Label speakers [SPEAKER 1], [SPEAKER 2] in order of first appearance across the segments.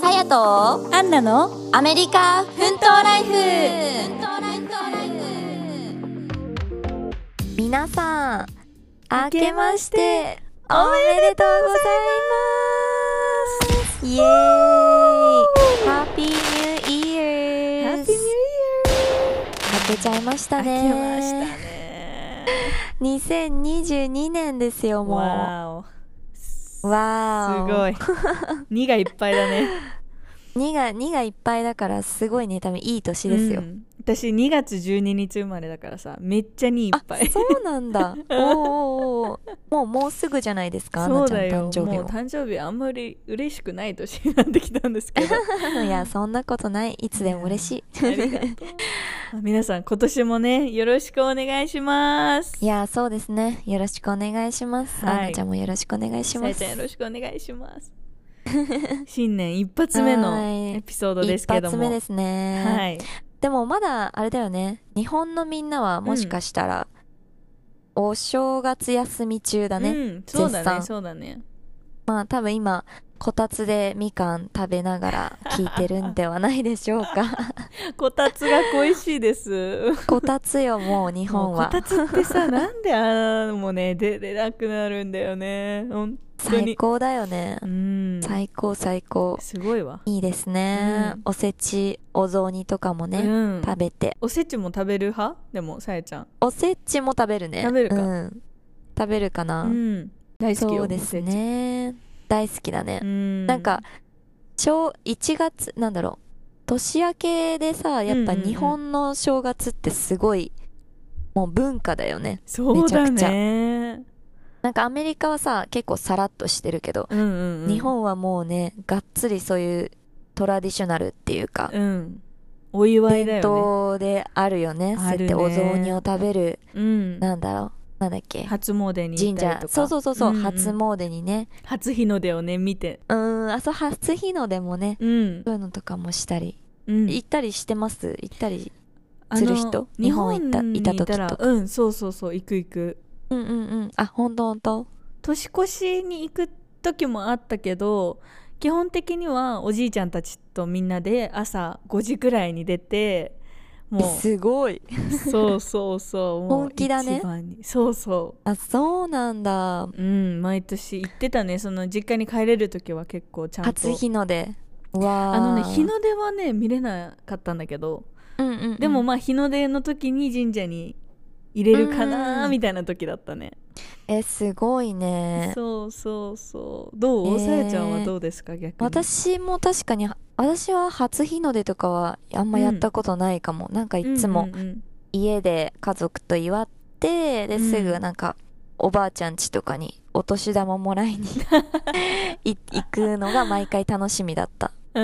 [SPEAKER 1] さやと
[SPEAKER 2] アンナの
[SPEAKER 1] アメリカ奮闘ライフ皆さん明けましておめでとうございますイエーイハッピーニューイヤーズ明けちゃいましたね
[SPEAKER 2] 明けましたね
[SPEAKER 1] 2022年ですよもうわ
[SPEAKER 2] わ
[SPEAKER 1] ーお
[SPEAKER 2] ーすごい2がいっぱいだね
[SPEAKER 1] 2が2がいっぱいだからすごいね多分いい年ですよ、
[SPEAKER 2] うん私2月12日生まれだからさめっちゃ2いっぱい
[SPEAKER 1] そうなん だおーおーおーもうもうすぐじゃないですかアン
[SPEAKER 2] そ
[SPEAKER 1] ナちゃ
[SPEAKER 2] う
[SPEAKER 1] ん
[SPEAKER 2] だよ
[SPEAKER 1] 誕生日
[SPEAKER 2] もう誕生日あんまり嬉しくない年になってきたんです けど
[SPEAKER 1] もいやそんなことないいつでも嬉しい
[SPEAKER 2] ありがとうまあ皆さん今年もねよろしくお願いします
[SPEAKER 1] いやそうですねよろしくお願いします、
[SPEAKER 2] はい
[SPEAKER 1] アンナちゃんもよろしくお願いし
[SPEAKER 2] さ
[SPEAKER 1] ま
[SPEAKER 2] え
[SPEAKER 1] す
[SPEAKER 2] ちゃんよろしくお願いします新年一発目の
[SPEAKER 1] はい
[SPEAKER 2] エピソードです
[SPEAKER 1] 一
[SPEAKER 2] けども
[SPEAKER 1] 発目ですね、
[SPEAKER 2] はい
[SPEAKER 1] でもまだあれだよね日本のみんなはもしかしたら、お正月休み中だね、
[SPEAKER 2] うん、そう
[SPEAKER 1] 絶
[SPEAKER 2] だね
[SPEAKER 1] 賛
[SPEAKER 2] そうだね
[SPEAKER 1] まあ多分今こたつでみかん食べながら聞いてるんではないでしょうか
[SPEAKER 2] こたつが恋しいです
[SPEAKER 1] こたつよもう日本は
[SPEAKER 2] もうこたつっ てさなんでああもうね出れなくなるんだよね本当に
[SPEAKER 1] 最高だよね、
[SPEAKER 2] うん
[SPEAKER 1] 最高最高
[SPEAKER 2] すごいわ
[SPEAKER 1] いいですね、
[SPEAKER 2] うん
[SPEAKER 1] おせちお雑煮とかもね、
[SPEAKER 2] うん
[SPEAKER 1] 食べて
[SPEAKER 2] おせちも食べる派でもさえちゃん
[SPEAKER 1] おせちも食べるね
[SPEAKER 2] 食べるか
[SPEAKER 1] うん、食べるかな、
[SPEAKER 2] うん大好きよ
[SPEAKER 1] そうですね大好きだね
[SPEAKER 2] おせちう、ん
[SPEAKER 1] なんか小1月なんだろう年明けでさやっぱ
[SPEAKER 2] うんうんうん
[SPEAKER 1] 日本の正月ってすごいもう文化だよね
[SPEAKER 2] そうだ
[SPEAKER 1] めちゃ
[SPEAKER 2] ね
[SPEAKER 1] なんかアメリカはさ結構さらっとしてるけど、
[SPEAKER 2] うんうんうん
[SPEAKER 1] 日本はもうねがっつりそういうトラディショナルっていうか、
[SPEAKER 2] うんお祝い
[SPEAKER 1] 伝
[SPEAKER 2] だよ
[SPEAKER 1] 統であるよね。そう
[SPEAKER 2] あ
[SPEAKER 1] やっ
[SPEAKER 2] るね
[SPEAKER 1] てお雑煮を食べる、
[SPEAKER 2] ねうん
[SPEAKER 1] なんだろう、なんだっけ、
[SPEAKER 2] 初詣に行っ
[SPEAKER 1] 神
[SPEAKER 2] たり
[SPEAKER 1] 社
[SPEAKER 2] と、か
[SPEAKER 1] そうそうそうそう、
[SPEAKER 2] んん
[SPEAKER 1] 初詣にね、
[SPEAKER 2] 初日の出をね見て
[SPEAKER 1] うーん、あそう初日の出もね、
[SPEAKER 2] うん
[SPEAKER 1] そういうのとかもしたり、
[SPEAKER 2] うん
[SPEAKER 1] 行ったりしてます、行ったり、
[SPEAKER 2] あの
[SPEAKER 1] する人日本行った
[SPEAKER 2] に
[SPEAKER 1] いた時とか
[SPEAKER 2] うんそうそうそう行く行く
[SPEAKER 1] うんうんうん、あ本当本当、
[SPEAKER 2] 年越しに行く時もあったけど基本的にはおじいちゃんたちとみんなで朝5時くらいに出て も
[SPEAKER 1] すごい、
[SPEAKER 2] うそうそうそうもう
[SPEAKER 1] 本気だね
[SPEAKER 2] 一番にそうそ
[SPEAKER 1] あそうなんだ、
[SPEAKER 2] ううん毎年行ってたねその実家に帰れる時は結構ちゃんと
[SPEAKER 1] 初日の出、うわー
[SPEAKER 2] あのね日、の出はね見れなかったんだけど
[SPEAKER 1] うんうんうん、
[SPEAKER 2] でもまあ日の出の時に神社に入れるか
[SPEAKER 1] うんう
[SPEAKER 2] なんみたいな時だったね、
[SPEAKER 1] えすごいね、
[SPEAKER 2] そうそうそうどう、
[SPEAKER 1] えー
[SPEAKER 2] さやちゃんはどうですか逆に
[SPEAKER 1] 私も確かに私は初日の出とかはあんまやったことないかも、なんかいつも、
[SPEAKER 2] うんうんうん
[SPEAKER 1] 家で家族と祝ってで
[SPEAKER 2] うん
[SPEAKER 1] すぐなんか、おばあちゃん家とかにお年玉もらいに い行くのが毎回楽しみだった
[SPEAKER 2] う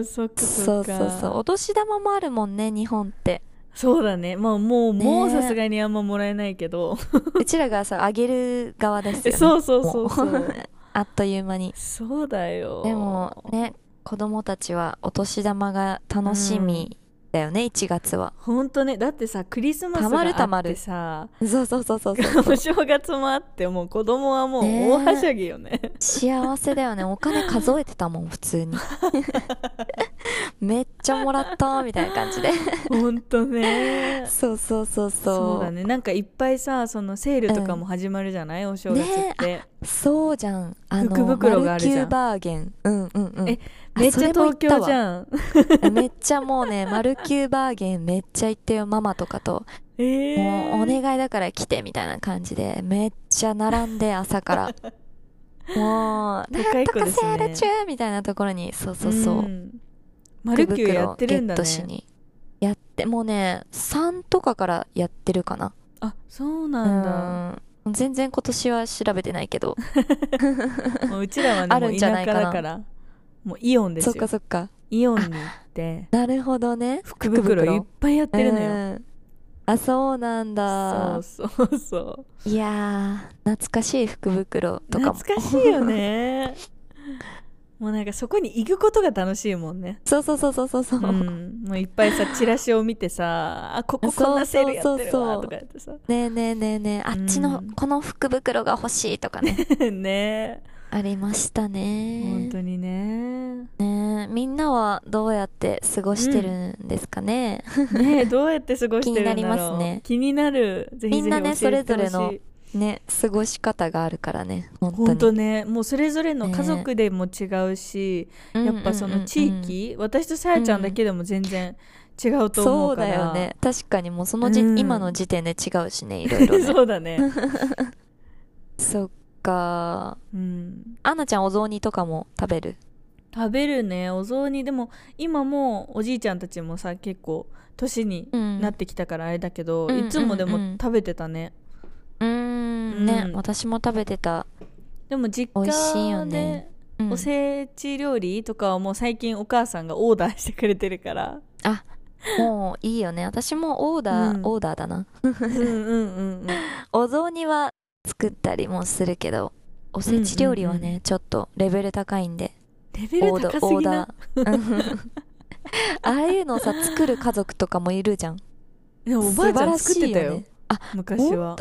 [SPEAKER 2] んそっか
[SPEAKER 1] そ
[SPEAKER 2] そうっか
[SPEAKER 1] そうそうお年玉もあるもんね日本って
[SPEAKER 2] そうだねまあもう、
[SPEAKER 1] ね
[SPEAKER 2] もうさすがにあんまもらえないけど、
[SPEAKER 1] うちらがさあげる側ですよ、ね、
[SPEAKER 2] そうそうそうそ
[SPEAKER 1] もう
[SPEAKER 2] う
[SPEAKER 1] あっという間に
[SPEAKER 2] そうだよ
[SPEAKER 1] でもね子供たちはお年玉が楽しみだよね、1月は
[SPEAKER 2] ほんとねだってさクリスマス
[SPEAKER 1] たまるた
[SPEAKER 2] があ
[SPEAKER 1] ま
[SPEAKER 2] っ
[SPEAKER 1] る
[SPEAKER 2] てさ
[SPEAKER 1] そうそうそうそうそう
[SPEAKER 2] お正月もあってもう子供はもう
[SPEAKER 1] ね
[SPEAKER 2] 大はしゃぎ よね
[SPEAKER 1] 幸せだよねお金数えてたもん普通 にめっちゃもらったみたいな感じで
[SPEAKER 2] ほんとね
[SPEAKER 1] そうそうそうそう
[SPEAKER 2] そうだねなんかいっぱいさそのセールとかも始まるじゃない、お正月って、
[SPEAKER 1] そうじゃんあの
[SPEAKER 2] 福袋があるじゃ
[SPEAKER 1] マルキ
[SPEAKER 2] ん
[SPEAKER 1] ューバーゲンうんうんうん
[SPEAKER 2] えめっちゃ東京じ
[SPEAKER 1] ん
[SPEAKER 2] ゃん
[SPEAKER 1] めっちゃもうねマルキューバーゲンめっちゃ行ってよママとかと、
[SPEAKER 2] えー、
[SPEAKER 1] もうお願いだから来てみたいな感じでめっちゃ並んで朝から もう
[SPEAKER 2] 高い
[SPEAKER 1] と
[SPEAKER 2] 子
[SPEAKER 1] か
[SPEAKER 2] で
[SPEAKER 1] セ
[SPEAKER 2] すね
[SPEAKER 1] ール中みたいなところにそうそうそう、
[SPEAKER 2] んマルキューやってるん
[SPEAKER 1] 福袋をゲ
[SPEAKER 2] だ
[SPEAKER 1] ットし
[SPEAKER 2] ね
[SPEAKER 1] にやってもうね3とかからやってるかな
[SPEAKER 2] あそうなん
[SPEAKER 1] うん全然今年は調べてないけど
[SPEAKER 2] だもううちらは
[SPEAKER 1] あ
[SPEAKER 2] ね
[SPEAKER 1] る
[SPEAKER 2] も
[SPEAKER 1] ん
[SPEAKER 2] う
[SPEAKER 1] じゃ
[SPEAKER 2] 田
[SPEAKER 1] ない
[SPEAKER 2] 舎
[SPEAKER 1] かな
[SPEAKER 2] だからもうイオンです
[SPEAKER 1] そっ
[SPEAKER 2] よ
[SPEAKER 1] かそっか
[SPEAKER 2] イオンに 行って
[SPEAKER 1] なるほどね
[SPEAKER 2] 福袋いっぱいやってるのよ
[SPEAKER 1] うんあそうなん
[SPEAKER 2] そ
[SPEAKER 1] だ
[SPEAKER 2] うそうそう
[SPEAKER 1] いやー懐かしい福袋とか
[SPEAKER 2] 懐
[SPEAKER 1] も
[SPEAKER 2] かしいよねもうなんかそこに行くことが楽しいもんね
[SPEAKER 1] そうそうそうそうそうそう、
[SPEAKER 2] うん、もういっぱいさチラシを見てさ「あこここんなセールやってるわ」とかやってさ
[SPEAKER 1] ねえねえねえねえあっちの
[SPEAKER 2] うん
[SPEAKER 1] この福袋が欲 しいとかね
[SPEAKER 2] ね
[SPEAKER 1] ありましたね
[SPEAKER 2] 本当にね
[SPEAKER 1] ねえねみんなはどうやって過ごしてるんですかね、
[SPEAKER 2] ねえどうやって過ごしてる
[SPEAKER 1] 気
[SPEAKER 2] んだろう
[SPEAKER 1] になりますね
[SPEAKER 2] 気になるぜひぜひ
[SPEAKER 1] みんなね
[SPEAKER 2] 教えて
[SPEAKER 1] それぞ
[SPEAKER 2] ほ
[SPEAKER 1] れ
[SPEAKER 2] し
[SPEAKER 1] の
[SPEAKER 2] い
[SPEAKER 1] ね過ごし方があるからね本当に
[SPEAKER 2] 本当ねもうそれぞれの
[SPEAKER 1] ね
[SPEAKER 2] 家族でも違うし、やっぱその
[SPEAKER 1] うん
[SPEAKER 2] 地
[SPEAKER 1] うんうんうん
[SPEAKER 2] 域、私とさやちゃんだけでも全然違うと思
[SPEAKER 1] そうう
[SPEAKER 2] か
[SPEAKER 1] だ
[SPEAKER 2] ら
[SPEAKER 1] よ ね確かにもうそのじ、
[SPEAKER 2] うん
[SPEAKER 1] 今の時点で違うしねいろいろね
[SPEAKER 2] そうだね、
[SPEAKER 1] そっか
[SPEAKER 2] うん、
[SPEAKER 1] アンナちゃんお雑煮とかも食べる
[SPEAKER 2] 食べるねお雑煮でも今もうおじいちゃんたちもさ結構年に
[SPEAKER 1] うん
[SPEAKER 2] なってきたからあれだけど、
[SPEAKER 1] うん
[SPEAKER 2] いつもで
[SPEAKER 1] うんうんう
[SPEAKER 2] も
[SPEAKER 1] ん
[SPEAKER 2] 食べてたね、
[SPEAKER 1] うーんね、
[SPEAKER 2] うん
[SPEAKER 1] 私も食べてた、
[SPEAKER 2] でも実
[SPEAKER 1] 美味しい
[SPEAKER 2] 家
[SPEAKER 1] よ
[SPEAKER 2] で、
[SPEAKER 1] ねうん
[SPEAKER 2] おせち料理とかはもう最近お母さんがオーダーしてくれて るから
[SPEAKER 1] あもういいよね私もオーダー、
[SPEAKER 2] うん
[SPEAKER 1] オーダーだな
[SPEAKER 2] うんうんうん
[SPEAKER 1] お雑煮は作ったりもするけどおせち料理はね、
[SPEAKER 2] うんうんう
[SPEAKER 1] ちょっとレベル高いんで
[SPEAKER 2] レベル
[SPEAKER 1] オーダー
[SPEAKER 2] 高す
[SPEAKER 1] オー
[SPEAKER 2] ぎ
[SPEAKER 1] ダ
[SPEAKER 2] な
[SPEAKER 1] ーああいうのさ作る家族とかもいるじゃん
[SPEAKER 2] いやおばあちゃん作っ
[SPEAKER 1] 素晴らし
[SPEAKER 2] てた
[SPEAKER 1] い
[SPEAKER 2] よ
[SPEAKER 1] ねあ
[SPEAKER 2] 昔は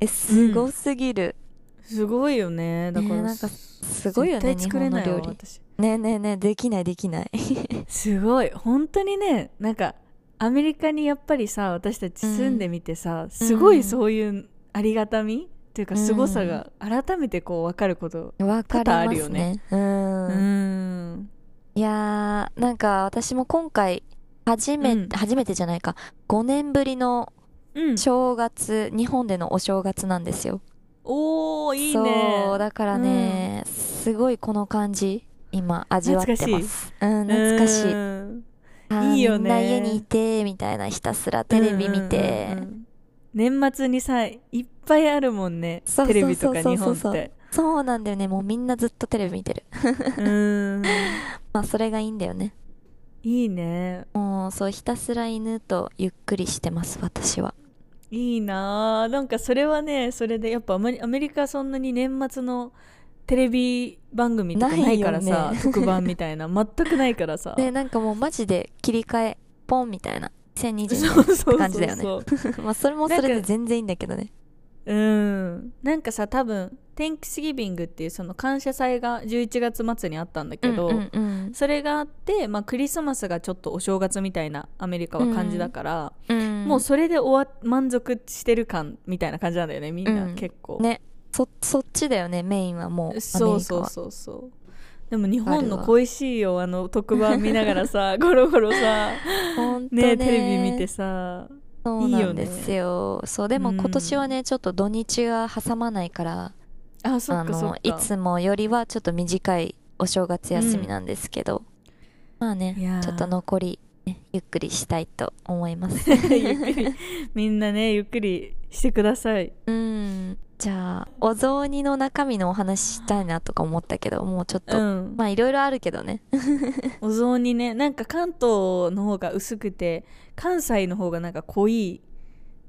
[SPEAKER 1] えすごすぎる、
[SPEAKER 2] すごいよねだから、
[SPEAKER 1] ねえなんかすごいよね
[SPEAKER 2] 絶対作れないわ
[SPEAKER 1] 日本の料
[SPEAKER 2] 私
[SPEAKER 1] ねえねえねえできないできない
[SPEAKER 2] すごい本当にねなんかアメリカにやっぱりさ私たち住んでみてさ、すごいそういうありがたみっていうか
[SPEAKER 1] うん
[SPEAKER 2] すごさが改めてこう分かること
[SPEAKER 1] わかり
[SPEAKER 2] 多々あ
[SPEAKER 1] ま
[SPEAKER 2] る
[SPEAKER 1] す
[SPEAKER 2] よ
[SPEAKER 1] ね
[SPEAKER 2] ね
[SPEAKER 1] うん
[SPEAKER 2] う、ん
[SPEAKER 1] いやーなんか私も今回初め、
[SPEAKER 2] うん
[SPEAKER 1] 初めてじゃないか5年ぶりの
[SPEAKER 2] うん
[SPEAKER 1] 正月、日本でのお正月なんですよ
[SPEAKER 2] おーいいね
[SPEAKER 1] そうだからね、すごいこの感じ今味わってますうん懐
[SPEAKER 2] 懐
[SPEAKER 1] か
[SPEAKER 2] か
[SPEAKER 1] し
[SPEAKER 2] し
[SPEAKER 1] い
[SPEAKER 2] い、
[SPEAKER 1] あー
[SPEAKER 2] いいよね
[SPEAKER 1] みんな家にいてみたいなひたすらテレビ見て、
[SPEAKER 2] うんうんうんうん年末にさいっぱいあるもんね
[SPEAKER 1] そうそう
[SPEAKER 2] テ
[SPEAKER 1] そう
[SPEAKER 2] レ
[SPEAKER 1] そう
[SPEAKER 2] ビとか日本っ
[SPEAKER 1] そうそう
[SPEAKER 2] て
[SPEAKER 1] そうなんだよねもうみんなずっとテレビ見てる
[SPEAKER 2] うん
[SPEAKER 1] まあそれがいいんだよね
[SPEAKER 2] いいね
[SPEAKER 1] もうそうひたすら犬とゆっくりしてます私はい
[SPEAKER 2] いなあなんかそれはねそれでやっぱアメリアメリカそんなに年末のテレビ番組とかないから
[SPEAKER 1] ないよ
[SPEAKER 2] さ、
[SPEAKER 1] ね
[SPEAKER 2] 特番みたいな全くないからさ、
[SPEAKER 1] でなんかもうマジで切り替えポンみたいな
[SPEAKER 2] そ
[SPEAKER 1] 2020
[SPEAKER 2] うそうそうそう
[SPEAKER 1] 感じだよね年 まあそれもそれ
[SPEAKER 2] な
[SPEAKER 1] で
[SPEAKER 2] んか
[SPEAKER 1] 全然いいんだけどね
[SPEAKER 2] うんなんかさ多分「天気スギビング」っていうその感謝祭が11月末にあったんだけど、
[SPEAKER 1] うんうん
[SPEAKER 2] それがあって、まあ、クリスマスがちょっとお正月みたいなアメリカは感じだから、
[SPEAKER 1] うん、うん
[SPEAKER 2] もうそれで終わ満足してる感みたいな感じなんだよねみん
[SPEAKER 1] う
[SPEAKER 2] なん結構、
[SPEAKER 1] ねそそっちだよねメインはもうアメリカは
[SPEAKER 2] そうそうそうそうでも日本
[SPEAKER 1] ある
[SPEAKER 2] の
[SPEAKER 1] わ
[SPEAKER 2] 恋しいよあの特番見ながらさゴロゴロさ
[SPEAKER 1] ほんと
[SPEAKER 2] ね
[SPEAKER 1] ね
[SPEAKER 2] テレビ見てさ
[SPEAKER 1] そうなんですよそうでも
[SPEAKER 2] うん
[SPEAKER 1] 今年はね、ちょっと土日が挟まないから
[SPEAKER 2] あそ
[SPEAKER 1] あ
[SPEAKER 2] っかそっ
[SPEAKER 1] の
[SPEAKER 2] か
[SPEAKER 1] いつもよりはちょっと短いお正月休みなんですけど、まあ
[SPEAKER 2] いや
[SPEAKER 1] ね
[SPEAKER 2] ー
[SPEAKER 1] ちょっと残りね、ゆっくりしたいと思います
[SPEAKER 2] ゆっくりみんなねゆっくりしてください
[SPEAKER 1] うんじゃあお雑煮の中身のお話したいなとか思ったけどもうちょっと、
[SPEAKER 2] うん
[SPEAKER 1] まあいろいろあるけどね
[SPEAKER 2] お雑煮ねなんか関東の方が薄くて関西の方がなんか濃い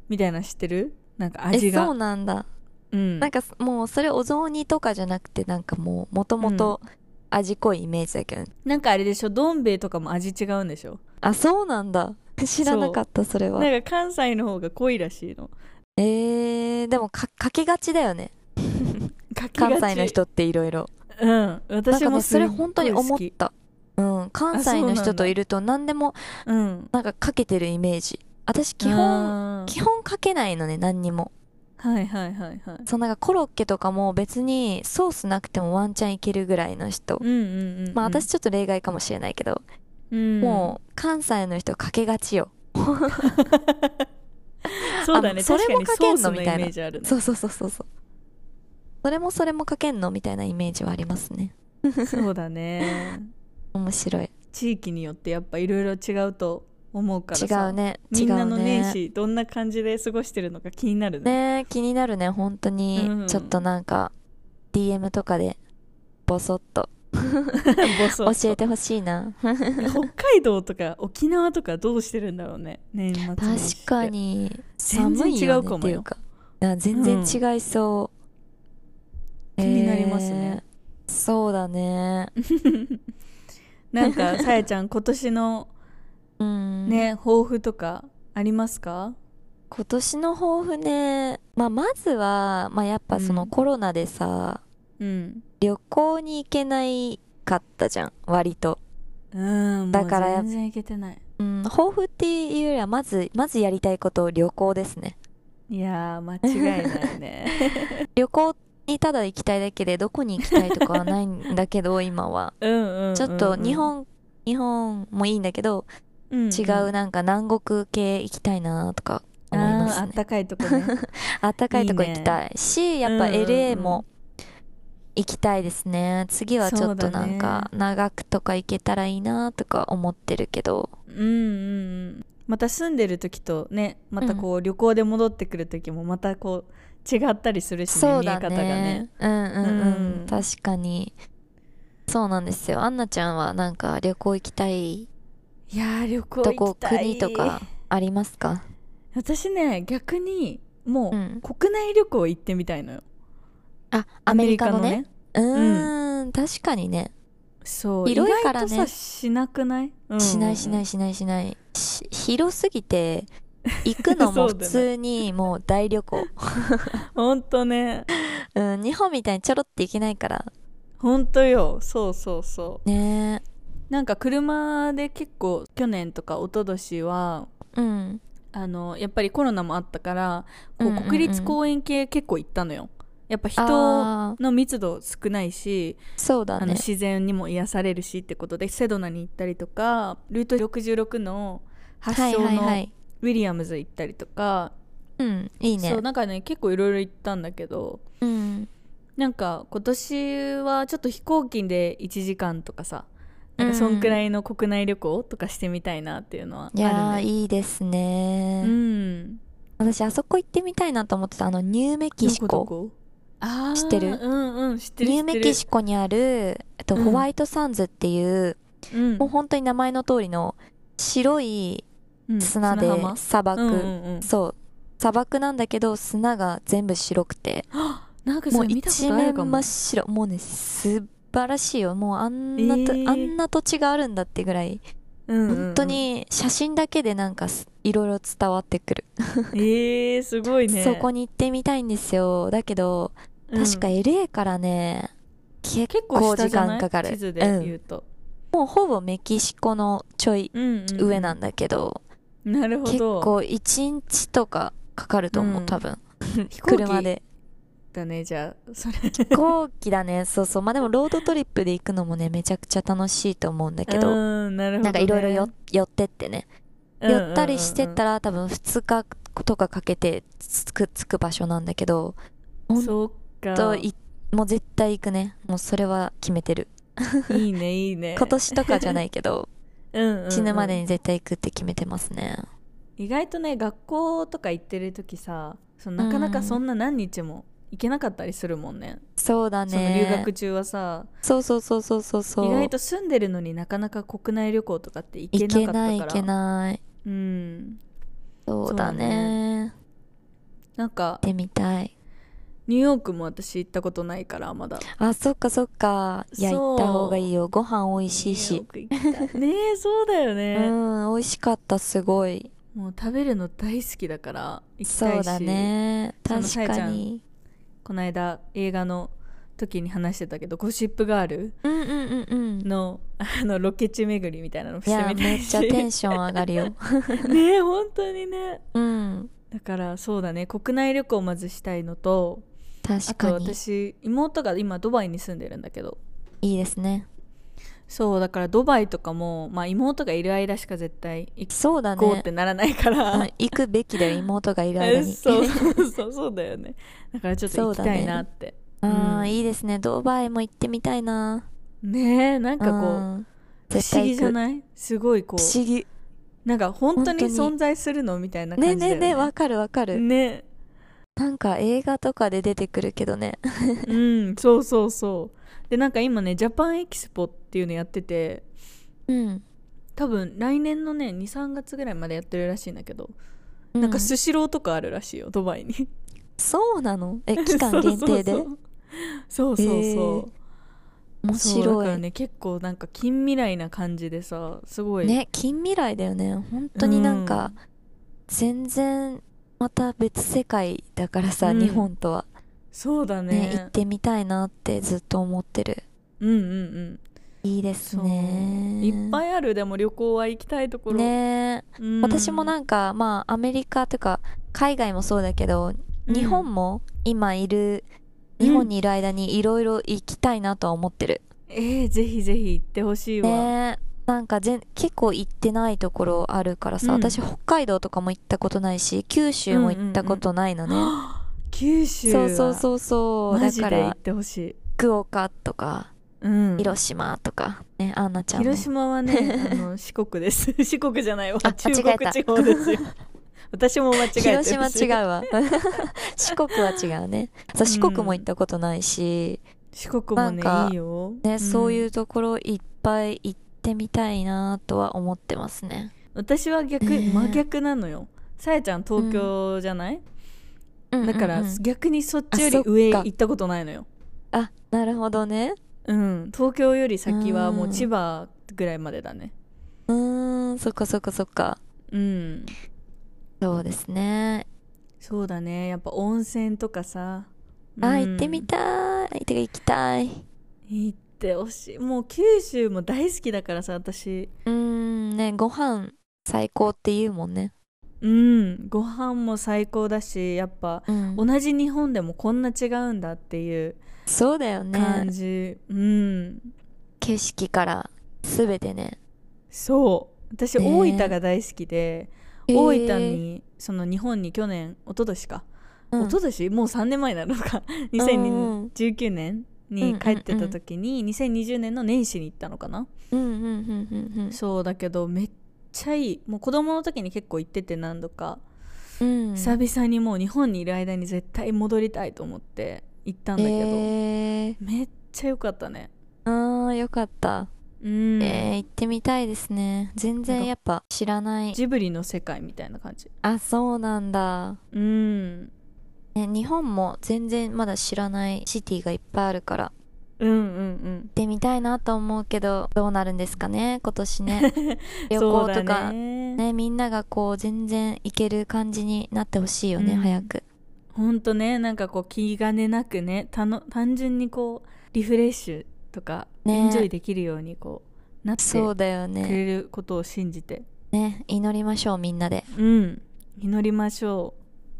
[SPEAKER 2] みたいなの知ってるなんか
[SPEAKER 1] え
[SPEAKER 2] 味が
[SPEAKER 1] そうなんだ、
[SPEAKER 2] うん、
[SPEAKER 1] なんかもうそれお雑煮とかじゃなくてなんかもうもともと味濃いイメージだけど、ね
[SPEAKER 2] なんかあれでしょどん兵衛とかも味違うんでしょ
[SPEAKER 1] あそうなんだ知らなかったそれは
[SPEAKER 2] なんか関西の方が濃いらしいの
[SPEAKER 1] えー、でもかかけがちだ よね
[SPEAKER 2] かけがち
[SPEAKER 1] 関西の人っていろいろ
[SPEAKER 2] うん
[SPEAKER 1] なん
[SPEAKER 2] 私
[SPEAKER 1] か
[SPEAKER 2] も
[SPEAKER 1] ね
[SPEAKER 2] す
[SPEAKER 1] そ
[SPEAKER 2] っ
[SPEAKER 1] れ
[SPEAKER 2] ごい好き
[SPEAKER 1] 本当に思ったうん関西の人といると何でも
[SPEAKER 2] うん
[SPEAKER 1] なんかかけてるイメージ私基本
[SPEAKER 2] あー
[SPEAKER 1] 基本かけないのね何にも
[SPEAKER 2] はいはいはいはい
[SPEAKER 1] そうなんかコロッケとかも別にソースなくてもワンチャンいけるぐらいの人
[SPEAKER 2] うんうんうんうん
[SPEAKER 1] まあ私ちょっと例外かもしれないけど、
[SPEAKER 2] うん
[SPEAKER 1] もう関西の人かけがちよ
[SPEAKER 2] そう
[SPEAKER 1] あ
[SPEAKER 2] だ
[SPEAKER 1] の
[SPEAKER 2] ね
[SPEAKER 1] それ
[SPEAKER 2] 確か
[SPEAKER 1] も
[SPEAKER 2] に
[SPEAKER 1] かけ
[SPEAKER 2] ソ
[SPEAKER 1] ん
[SPEAKER 2] ー
[SPEAKER 1] の
[SPEAKER 2] スのイ
[SPEAKER 1] み
[SPEAKER 2] メ
[SPEAKER 1] たいな
[SPEAKER 2] ージあるね
[SPEAKER 1] そうそうそうそうそうそれもそれもかけんのみたいなイメージはあります ね
[SPEAKER 2] そうだね
[SPEAKER 1] 面白い
[SPEAKER 2] 地域によってやっぱいろいろ違うと思うから
[SPEAKER 1] 違
[SPEAKER 2] さ
[SPEAKER 1] うね違
[SPEAKER 2] み
[SPEAKER 1] うん
[SPEAKER 2] なの
[SPEAKER 1] ね
[SPEAKER 2] 年始どんな感じで過ごしてるのか気になるね
[SPEAKER 1] ねえ気になるね本当に、
[SPEAKER 2] うん
[SPEAKER 1] ちょっとなんか DM とかでボソッと
[SPEAKER 2] ボソッ
[SPEAKER 1] 教
[SPEAKER 2] と
[SPEAKER 1] えてほしいな
[SPEAKER 2] 北海道とか沖縄とかどうしてるんだろうね年末年始っ
[SPEAKER 1] 確
[SPEAKER 2] て
[SPEAKER 1] かに
[SPEAKER 2] 全
[SPEAKER 1] 寒
[SPEAKER 2] 然
[SPEAKER 1] い
[SPEAKER 2] 違
[SPEAKER 1] よ
[SPEAKER 2] う
[SPEAKER 1] ね
[SPEAKER 2] か
[SPEAKER 1] っ
[SPEAKER 2] も
[SPEAKER 1] てい
[SPEAKER 2] よ
[SPEAKER 1] うかあ全然違いそう、
[SPEAKER 2] 気になりますね
[SPEAKER 1] えーそうだね
[SPEAKER 2] なんかさやちゃん今年の
[SPEAKER 1] うん
[SPEAKER 2] ね抱負とかありますか
[SPEAKER 1] 今年の抱負ね、まあ、まずは、まあ、やっぱその
[SPEAKER 2] うん
[SPEAKER 1] コロナでさ、
[SPEAKER 2] うん
[SPEAKER 1] 旅行に行けないかったじゃん割と
[SPEAKER 2] うん
[SPEAKER 1] だからやっ
[SPEAKER 2] もう全然行けてない
[SPEAKER 1] うん、抱負っていうよりはまずまずやりたいこと旅行ですね
[SPEAKER 2] いやー間違いない ね
[SPEAKER 1] 旅行にただ行きたいだけでどこに行きたいとかはないんだけ ど今は
[SPEAKER 2] うんうんうんうん
[SPEAKER 1] ちょっと日、本日本もいいんだけど
[SPEAKER 2] うんうん
[SPEAKER 1] 違うなんか南国系行きたいなとか思い
[SPEAKER 2] あ
[SPEAKER 1] ま
[SPEAKER 2] ーあ
[SPEAKER 1] す
[SPEAKER 2] っ
[SPEAKER 1] ね
[SPEAKER 2] たかいとこ ね
[SPEAKER 1] あったかいとこ行きたいしやっぱ
[SPEAKER 2] うんうんうん
[SPEAKER 1] LA も行きたいですね次はちょっとなんか長くとか行けたらいいなとか思ってるけど
[SPEAKER 2] うんうんうんまた住んでる時とねまたこう旅行で戻ってくる時もまたこう違ったりするしね
[SPEAKER 1] そう
[SPEAKER 2] 見え
[SPEAKER 1] だ
[SPEAKER 2] 方が
[SPEAKER 1] ね
[SPEAKER 2] ね
[SPEAKER 1] うんうんうん、
[SPEAKER 2] うん
[SPEAKER 1] 確かにそうなんですよアンナちゃんはなんか旅行行きたい
[SPEAKER 2] いやー旅行
[SPEAKER 1] と
[SPEAKER 2] 行
[SPEAKER 1] こ
[SPEAKER 2] きた
[SPEAKER 1] 国
[SPEAKER 2] い
[SPEAKER 1] とかありますか
[SPEAKER 2] 私ね逆にもう、
[SPEAKER 1] うん
[SPEAKER 2] 国内旅行行ってみたいのよ
[SPEAKER 1] あアメリカのねうーん、確かにね
[SPEAKER 2] そう
[SPEAKER 1] 広いからね
[SPEAKER 2] 意外とさしなくない、うん
[SPEAKER 1] しないしないしないしないし広すぎて行くのも 普
[SPEAKER 2] そうだね
[SPEAKER 1] 通にもう大旅行
[SPEAKER 2] ほんとね
[SPEAKER 1] うん、日本みたいにちょろって行けないから。
[SPEAKER 2] ほんとよそうそうそう
[SPEAKER 1] ね
[SPEAKER 2] なんか車で結構去年とか一昨年は
[SPEAKER 1] え。うん。
[SPEAKER 2] あのやっぱりコロナもあったからこ
[SPEAKER 1] うんうんう
[SPEAKER 2] うん国立公園系結構行ったのよ、やっぱ人
[SPEAKER 1] あー
[SPEAKER 2] の密度少ないし
[SPEAKER 1] そう
[SPEAKER 2] あ
[SPEAKER 1] だ
[SPEAKER 2] の
[SPEAKER 1] ね。
[SPEAKER 2] 自然にも癒されるしってことでセドナに行ったりとかルート66の発祥
[SPEAKER 1] はいはいは
[SPEAKER 2] の
[SPEAKER 1] い。
[SPEAKER 2] ウィリアムズ行ったりとか、
[SPEAKER 1] うん、いいね
[SPEAKER 2] そう。なんかね結構いろいろ行ったんだけど
[SPEAKER 1] うん。
[SPEAKER 2] なんか今年はちょっと飛行機で1時間とかさなん
[SPEAKER 1] う
[SPEAKER 2] か
[SPEAKER 1] ん
[SPEAKER 2] そんくらいの国内旅行とかしてみたいなっていうのはある
[SPEAKER 1] いやー、
[SPEAKER 2] ね
[SPEAKER 1] いいですね
[SPEAKER 2] う、ん
[SPEAKER 1] 私、あそこ行ってみたいなと思ってた、あの、ニューメキシコ。
[SPEAKER 2] どこどこあー
[SPEAKER 1] 知ってる
[SPEAKER 2] うんうん知ってる
[SPEAKER 1] ニューメキシコにある、えっと、
[SPEAKER 2] うん
[SPEAKER 1] ホワイトサンズっていう、
[SPEAKER 2] コ、うん
[SPEAKER 1] もう本当に名前の通りの白い
[SPEAKER 2] うん
[SPEAKER 1] 砂で
[SPEAKER 2] 砂浜
[SPEAKER 1] 砂漠、
[SPEAKER 2] うんうんうん
[SPEAKER 1] そう。砂漠なんだけど砂が全部白くて
[SPEAKER 2] なんか
[SPEAKER 1] も
[SPEAKER 2] そうれ見たこ
[SPEAKER 1] 一
[SPEAKER 2] とある
[SPEAKER 1] 面
[SPEAKER 2] か
[SPEAKER 1] 真
[SPEAKER 2] も
[SPEAKER 1] っ白もうね素晴らしいよもうあんなと、
[SPEAKER 2] えー
[SPEAKER 1] あんな土地があるんだってぐらい本
[SPEAKER 2] 本
[SPEAKER 1] 当に写真だけでなんかすいろいろ伝わってくる、
[SPEAKER 2] えー、すごいね
[SPEAKER 1] そこに行ってみたいんですよだけど
[SPEAKER 2] うん
[SPEAKER 1] 確か LA からね、結
[SPEAKER 2] 結
[SPEAKER 1] 構
[SPEAKER 2] 構
[SPEAKER 1] 時
[SPEAKER 2] 時
[SPEAKER 1] 間
[SPEAKER 2] 間
[SPEAKER 1] かか
[SPEAKER 2] かか
[SPEAKER 1] る
[SPEAKER 2] る地図で
[SPEAKER 1] うん
[SPEAKER 2] 言うと、
[SPEAKER 1] もうほぼメキシコのちょい
[SPEAKER 2] うんうん
[SPEAKER 1] 上なんだけど、
[SPEAKER 2] なるほど
[SPEAKER 1] 結構1日とかかかると思う、
[SPEAKER 2] うん
[SPEAKER 1] 多分
[SPEAKER 2] 飛行機
[SPEAKER 1] 車で
[SPEAKER 2] だねじゃあそれ
[SPEAKER 1] 飛行機だね そうそうまあでもロードトリップで行くのもねめちゃくちゃ楽しいと思うんだけど、
[SPEAKER 2] うんなるほどね、
[SPEAKER 1] なんかいろいろよ寄ってってね寄ったりしてった
[SPEAKER 2] ら、
[SPEAKER 1] ら多分2日とかかけてつくつく場所なんだけどほん
[SPEAKER 2] そうか
[SPEAKER 1] といもう絶対行くねもうそれは決めてる
[SPEAKER 2] いいねいい ね
[SPEAKER 1] 今年とかじゃないけど
[SPEAKER 2] うんうんうん
[SPEAKER 1] 死ぬまでに絶対行くって決めてますね
[SPEAKER 2] 意外とね学校とか行ってる時さそのなかなかそんな何日も行けなかったりするもんね、
[SPEAKER 1] そうだ
[SPEAKER 2] その留
[SPEAKER 1] ね
[SPEAKER 2] 学中はさ
[SPEAKER 1] そうそうそうそうそうそう
[SPEAKER 2] 意外と住んでるのになかなか国内旅行とかって行け
[SPEAKER 1] 行け
[SPEAKER 2] なかったから
[SPEAKER 1] ない行けない
[SPEAKER 2] うん
[SPEAKER 1] そうだね
[SPEAKER 2] そうだねなんか
[SPEAKER 1] 行ってみたい
[SPEAKER 2] ニューヨークも私行ったことないからまだ
[SPEAKER 1] あそっかそっかいや行
[SPEAKER 2] そう
[SPEAKER 1] った方がいいよご飯美味しい
[SPEAKER 2] ニ
[SPEAKER 1] し
[SPEAKER 2] ューヨーク 行きたいねえそうだよ
[SPEAKER 1] う
[SPEAKER 2] ね、
[SPEAKER 1] ん美味しかったすごい
[SPEAKER 2] もう食べるの大好きだから行きたいし
[SPEAKER 1] そうだね
[SPEAKER 2] その
[SPEAKER 1] 確
[SPEAKER 2] さえちゃん
[SPEAKER 1] かに
[SPEAKER 2] この間映画の時に話してたけど「ゴシップガール
[SPEAKER 1] うんうんうんうん
[SPEAKER 2] の」あのロケ地巡りみたいなのし
[SPEAKER 1] い
[SPEAKER 2] て
[SPEAKER 1] や
[SPEAKER 2] みた
[SPEAKER 1] め
[SPEAKER 2] い
[SPEAKER 1] っ
[SPEAKER 2] し
[SPEAKER 1] ちゃテンション上がるよ
[SPEAKER 2] ねえ本当にね
[SPEAKER 1] うん
[SPEAKER 2] だからそうだね国内旅行をまずしたいのとあ
[SPEAKER 1] 確
[SPEAKER 2] と
[SPEAKER 1] かに
[SPEAKER 2] 私妹が今ドバイに住んでるんだけど
[SPEAKER 1] いいですね
[SPEAKER 2] そうだからドバイとかも、まあ、妹がいる間しか絶対行
[SPEAKER 1] そうだ
[SPEAKER 2] こうっ
[SPEAKER 1] ね
[SPEAKER 2] てならないから、
[SPEAKER 1] うん行くべきだよ妹がいる間
[SPEAKER 2] え
[SPEAKER 1] に
[SPEAKER 2] そうそうそうそうだよねだからちょっと行きたいなって
[SPEAKER 1] あ
[SPEAKER 2] う
[SPEAKER 1] ー
[SPEAKER 2] ん
[SPEAKER 1] いいですねドバイも行ってみたいな
[SPEAKER 2] ねえなんかこう
[SPEAKER 1] うん
[SPEAKER 2] 不
[SPEAKER 1] 絶
[SPEAKER 2] 思
[SPEAKER 1] 対
[SPEAKER 2] 議
[SPEAKER 1] 行
[SPEAKER 2] じゃ
[SPEAKER 1] く
[SPEAKER 2] ないすごいこ
[SPEAKER 1] 不
[SPEAKER 2] う
[SPEAKER 1] 思議
[SPEAKER 2] なんか本当に
[SPEAKER 1] 本当に
[SPEAKER 2] 存在するのみたいな感
[SPEAKER 1] ねえ
[SPEAKER 2] じだ
[SPEAKER 1] ね
[SPEAKER 2] よ
[SPEAKER 1] えねえ
[SPEAKER 2] ね
[SPEAKER 1] わかるわかる
[SPEAKER 2] ね
[SPEAKER 1] なんか映画とかで出てくるけどね
[SPEAKER 2] うんそうそうそうでなんか今ねジャパンエキスポっていうのやってて
[SPEAKER 1] うん
[SPEAKER 2] 多分来年のね23月ぐらいまでやってるらしいんだけど、
[SPEAKER 1] う
[SPEAKER 2] なんかスシローとかあるらしいよドバイに
[SPEAKER 1] そうなの え期間限定で
[SPEAKER 2] そうそうそうそうそうそう
[SPEAKER 1] 面
[SPEAKER 2] そう
[SPEAKER 1] 白
[SPEAKER 2] だから
[SPEAKER 1] い
[SPEAKER 2] ね結構なんか近未来な感じでさすごい
[SPEAKER 1] ね近未来だよね本当になんか、
[SPEAKER 2] うん
[SPEAKER 1] 全然また別世界だからさ、
[SPEAKER 2] うん
[SPEAKER 1] 日本とは
[SPEAKER 2] そうだ
[SPEAKER 1] ね行っ
[SPEAKER 2] ね
[SPEAKER 1] てみたいなってずっと思ってる
[SPEAKER 2] うんうんうん
[SPEAKER 1] いいです
[SPEAKER 2] そう
[SPEAKER 1] ね
[SPEAKER 2] いっぱ
[SPEAKER 1] い
[SPEAKER 2] いあるでも旅行は行きたいところ、
[SPEAKER 1] ね
[SPEAKER 2] うん
[SPEAKER 1] 私もなんかまあアメリカというか海外もそうだけど
[SPEAKER 2] うん
[SPEAKER 1] 日本も今いる、
[SPEAKER 2] うん
[SPEAKER 1] 日本にいる間にいろいろ行きたいなとは思ってる、
[SPEAKER 2] えー、ぜひぜひ行ってほしいわ、
[SPEAKER 1] ねなんかぜん結構行ってないところあるからさ、
[SPEAKER 2] うん
[SPEAKER 1] 私北海道とかも行ったことないし九州も行ったことないのね、
[SPEAKER 2] 九州
[SPEAKER 1] そ
[SPEAKER 2] は
[SPEAKER 1] うそうそうそう
[SPEAKER 2] マ
[SPEAKER 1] だ
[SPEAKER 2] ジ
[SPEAKER 1] か
[SPEAKER 2] で行っ
[SPEAKER 1] ら
[SPEAKER 2] てほしい、
[SPEAKER 1] 福岡とか
[SPEAKER 2] うん、
[SPEAKER 1] 広島とかねアンナちゃんも
[SPEAKER 2] 広島はねあの 四国です四国じゃないわ
[SPEAKER 1] あ
[SPEAKER 2] 中
[SPEAKER 1] 間違
[SPEAKER 2] 国
[SPEAKER 1] えた
[SPEAKER 2] 地方ですよ 私も間違えてる
[SPEAKER 1] 広島違う わ四国は違うねそう四国も行ったことないし、
[SPEAKER 2] 四国もね
[SPEAKER 1] なんか
[SPEAKER 2] いいよ、
[SPEAKER 1] ね、そうい
[SPEAKER 2] うん
[SPEAKER 1] うところいっぱい行ってみたいなとは思ってますね
[SPEAKER 2] 私は逆
[SPEAKER 1] ね
[SPEAKER 2] 真逆なのよさやちゃん東京じゃない、だか
[SPEAKER 1] う
[SPEAKER 2] ら、
[SPEAKER 1] んうんうん
[SPEAKER 2] 逆にそっちよ
[SPEAKER 1] あそ
[SPEAKER 2] り
[SPEAKER 1] っか
[SPEAKER 2] 上行ったことないのよ
[SPEAKER 1] あなるほどね
[SPEAKER 2] うん東京より先はもううん千葉ぐらいまでだね
[SPEAKER 1] うーんそっかそっかそっか
[SPEAKER 2] うん
[SPEAKER 1] そうですね
[SPEAKER 2] そうだねやっぱ温泉とかさ
[SPEAKER 1] あ
[SPEAKER 2] うん
[SPEAKER 1] 行ってみたいてか行きたい
[SPEAKER 2] 行ってほしいもう九州も大好きだからさ私
[SPEAKER 1] うーんねご飯最高って言うもんね
[SPEAKER 2] うんご飯も最高だしやっぱ
[SPEAKER 1] うん
[SPEAKER 2] 同じ日本でもこんな違うんだっていう
[SPEAKER 1] そうだよ
[SPEAKER 2] 感
[SPEAKER 1] ね
[SPEAKER 2] じ、うん
[SPEAKER 1] 景色から全てね
[SPEAKER 2] そう私
[SPEAKER 1] ね
[SPEAKER 2] 大分が大好きで、大分にその日本に去年一昨年か、
[SPEAKER 1] えーうん
[SPEAKER 2] 一昨年もう3年前なのか
[SPEAKER 1] うんうん
[SPEAKER 2] 2019年に帰ってた時に、2020年の年始に行ったのかな、
[SPEAKER 1] うんうんうんうんうん
[SPEAKER 2] そうだけどめっちゃいいもう子供の時に結構行ってて何度か、
[SPEAKER 1] うん
[SPEAKER 2] 久々にもう日本にいる間に絶対戻りたいと思って行ったんだけど、
[SPEAKER 1] えー
[SPEAKER 2] めっちゃ良かったね
[SPEAKER 1] あーよかった、
[SPEAKER 2] うん、
[SPEAKER 1] えー行ってみたいですね全然やっぱ知らない
[SPEAKER 2] ジブリの世界みたいな感じ
[SPEAKER 1] あそうなんだ、
[SPEAKER 2] うん
[SPEAKER 1] ね、日本も全然まだ知らないシティがいっぱいあるから行
[SPEAKER 2] うんうん
[SPEAKER 1] ってみたいなと思うけどどうなるんですかね今年ね 旅
[SPEAKER 2] そう
[SPEAKER 1] 行
[SPEAKER 2] だ
[SPEAKER 1] とかね
[SPEAKER 2] ね
[SPEAKER 1] みんながこう全然行ける感じになってほしいよね、
[SPEAKER 2] うん
[SPEAKER 1] 早く
[SPEAKER 2] ほんとねなんかこう気兼ねなくねたの単純にこうリフレッシュとか、
[SPEAKER 1] ね
[SPEAKER 2] エンジョイできるようにこうなって
[SPEAKER 1] そう
[SPEAKER 2] く
[SPEAKER 1] だよね
[SPEAKER 2] れることを信じて
[SPEAKER 1] ね祈りましょうみんなで
[SPEAKER 2] うん祈りましょ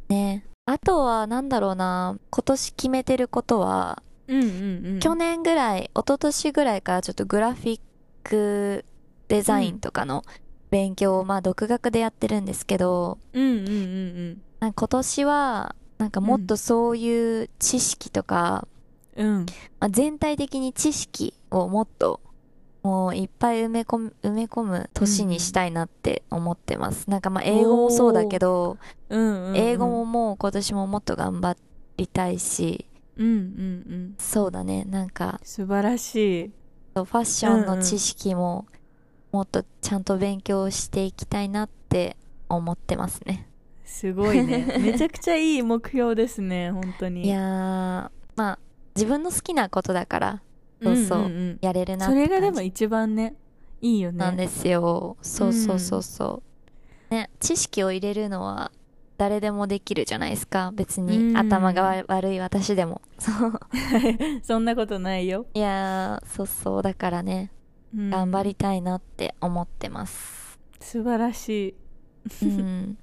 [SPEAKER 1] ねあとはなんだろうな今年決めてることは
[SPEAKER 2] ううんうんうん
[SPEAKER 1] 去年ぐらい一昨年ぐらいからちょっとグラフィックデザインとかの勉強をまあ独学でやってるんですけど
[SPEAKER 2] うんうんうん
[SPEAKER 1] なんか今年はなんかもっとそういう知識とか、
[SPEAKER 2] うんうん
[SPEAKER 1] まあ、全体的に知識をもっともういっぱい埋め込む埋め込む年にしたいなって思ってます、なんかまあ英語もそうだけど、
[SPEAKER 2] うんうん
[SPEAKER 1] 英語ももう今年ももっと頑張りたいし
[SPEAKER 2] うんうんうん
[SPEAKER 1] そうだねなんか
[SPEAKER 2] 素晴らしい
[SPEAKER 1] そうファッションの知識ももっとちゃんと勉強していきたいなって思ってますね。
[SPEAKER 2] すご いねめちゃくちゃいい目標ですね本当に
[SPEAKER 1] いやーまあ自分の好きなことだからそうそうん
[SPEAKER 2] んん
[SPEAKER 1] やれるなっ
[SPEAKER 2] そ
[SPEAKER 1] て
[SPEAKER 2] れ
[SPEAKER 1] 感じ
[SPEAKER 2] がでも一番ねいいよね
[SPEAKER 1] なんですよ。そうそうそうそう。ね知識を入れるのは誰でもできるじゃないですか別
[SPEAKER 2] うん
[SPEAKER 1] に頭がわ悪い私でも。そう
[SPEAKER 2] そんなことないよ、
[SPEAKER 1] いやーそうそうだからね
[SPEAKER 2] うん
[SPEAKER 1] 頑張りたいなって思って ます。
[SPEAKER 2] 素晴らしい
[SPEAKER 1] うん、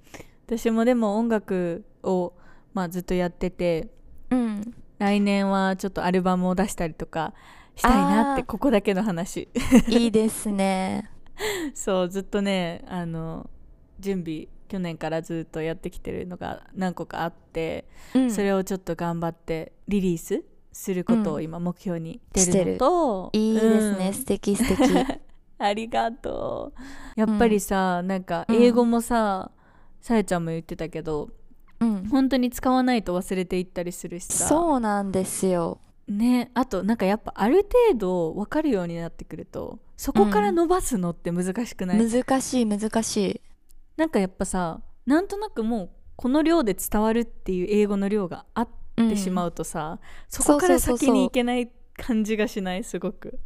[SPEAKER 2] 私もでも音楽を、まあ、ずっとやってて
[SPEAKER 1] うん
[SPEAKER 2] 来年はちょっとアルバムを出したりとかしたいなって
[SPEAKER 1] あー
[SPEAKER 2] ここだけの話
[SPEAKER 1] いいですね。
[SPEAKER 2] そうずっとねあの準備去年からずっとやってきてるのが何個かあって、
[SPEAKER 1] うん
[SPEAKER 2] それをちょっと頑張ってリリースすることを今目標にして
[SPEAKER 1] して
[SPEAKER 2] るの
[SPEAKER 1] る
[SPEAKER 2] と、
[SPEAKER 1] いいですね、
[SPEAKER 2] うん
[SPEAKER 1] 素敵素敵
[SPEAKER 2] ありがとうやっぱりさ、なんか英語もさ、さやちゃんも言ってたけど
[SPEAKER 1] うん
[SPEAKER 2] 本当に使わないと忘れていったりするしさ
[SPEAKER 1] そうなんですよ
[SPEAKER 2] ねあとなんかやっぱある程度分かるようになってくるとそこから伸ばすのって難しくない、
[SPEAKER 1] 難しい難しい
[SPEAKER 2] なんかやっぱさなんとなくもうこの量で伝わるっていう英語の量があっ
[SPEAKER 1] うん
[SPEAKER 2] てしまうとさ、そこから
[SPEAKER 1] そうそうそうそう
[SPEAKER 2] 先に行けない感じがしないすごく、